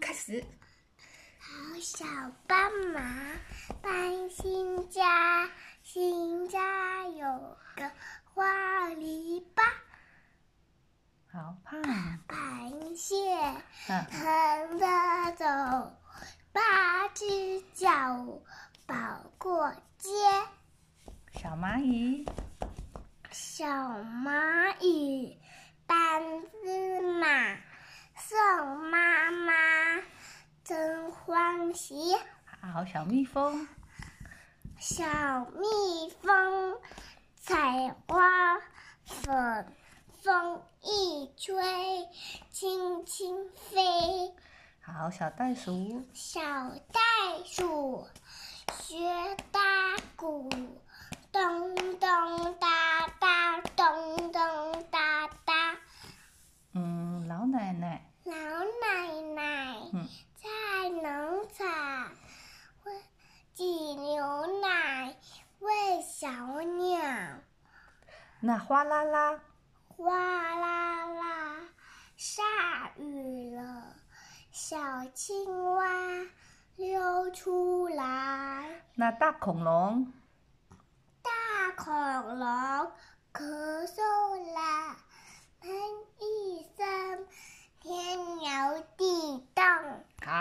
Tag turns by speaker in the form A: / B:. A: 开始。
B: 好小斑马搬新家，新家有个花篱笆，
A: 好胖，
B: 螃蟹
A: 嗯，
B: 横着走，八只脚跑过街，
A: 小蚂蚁，
B: 小蚂蚁搬芝麻，送妈妈真欢喜。
A: 好小蜜蜂，
B: 小蜜蜂采花粉，风一吹，轻轻飞。
A: 好小袋鼠，
B: 小袋鼠学打鼓，咚咚哒哒，咚咚哒哒。
A: 嗯，老奶奶，
B: 老奶奶
A: 嗯
B: 在农场喂挤牛奶，喂小鸟。
A: 那哗啦啦，
B: 哗啦啦，下雨了，小青蛙溜出来，
A: 那大恐龙，
B: 大恐龙咳嗽啦。